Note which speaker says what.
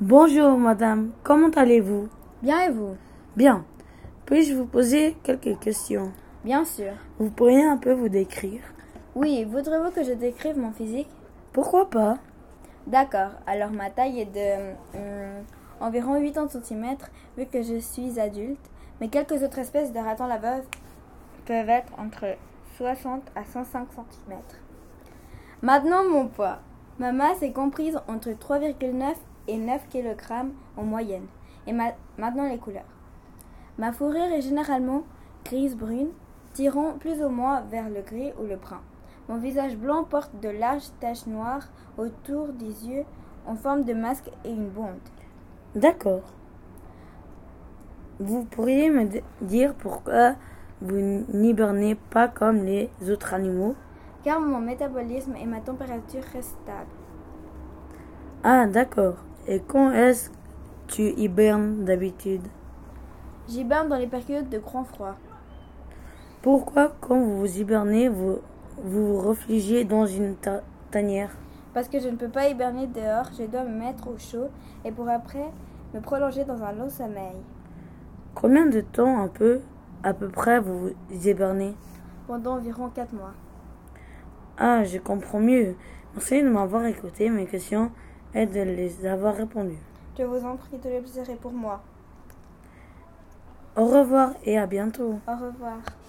Speaker 1: Bonjour madame, comment allez-vous
Speaker 2: Bien et vous
Speaker 1: Bien. Puis-je vous poser quelques questions
Speaker 2: Bien sûr.
Speaker 1: Vous pourriez un peu vous décrire
Speaker 2: Oui, voudrez-vous que je décrive mon physique
Speaker 1: Pourquoi pas
Speaker 2: D'accord, alors ma taille est de hum, environ 80 cm vu que je suis adulte, mais quelques autres espèces de ratons laveurs peuvent être entre 60 à 105 cm. Maintenant mon poids. Ma masse est comprise entre 3,9 et 9 kg en moyenne. Et ma- maintenant les couleurs. Ma fourrure est généralement grise-brune, tirant plus ou moins vers le gris ou le brun. Mon visage blanc porte de larges taches noires autour des yeux en forme de masque et une bonde.
Speaker 1: D'accord. Vous pourriez me d- dire pourquoi vous n- n'hibernez pas comme les autres animaux
Speaker 2: Car mon métabolisme et ma température restent stables.
Speaker 1: Ah d'accord. Et quand est-ce que tu hibernes d'habitude
Speaker 2: J'hiberne dans les périodes de grand froid.
Speaker 1: Pourquoi quand vous vous hibernez, vous vous réfugiez dans une ta- tanière
Speaker 2: Parce que je ne peux pas hiberner dehors, je dois me mettre au chaud et pour après me prolonger dans un long sommeil.
Speaker 1: Combien de temps un peu, à peu près, vous vous hibernez
Speaker 2: Pendant environ 4 mois.
Speaker 1: Ah, je comprends mieux. Merci de m'avoir écouté mes questions et de les avoir répondues.
Speaker 2: Je vous en prie, tout le plaisir est pour moi.
Speaker 1: Au revoir et à bientôt.
Speaker 2: Au revoir.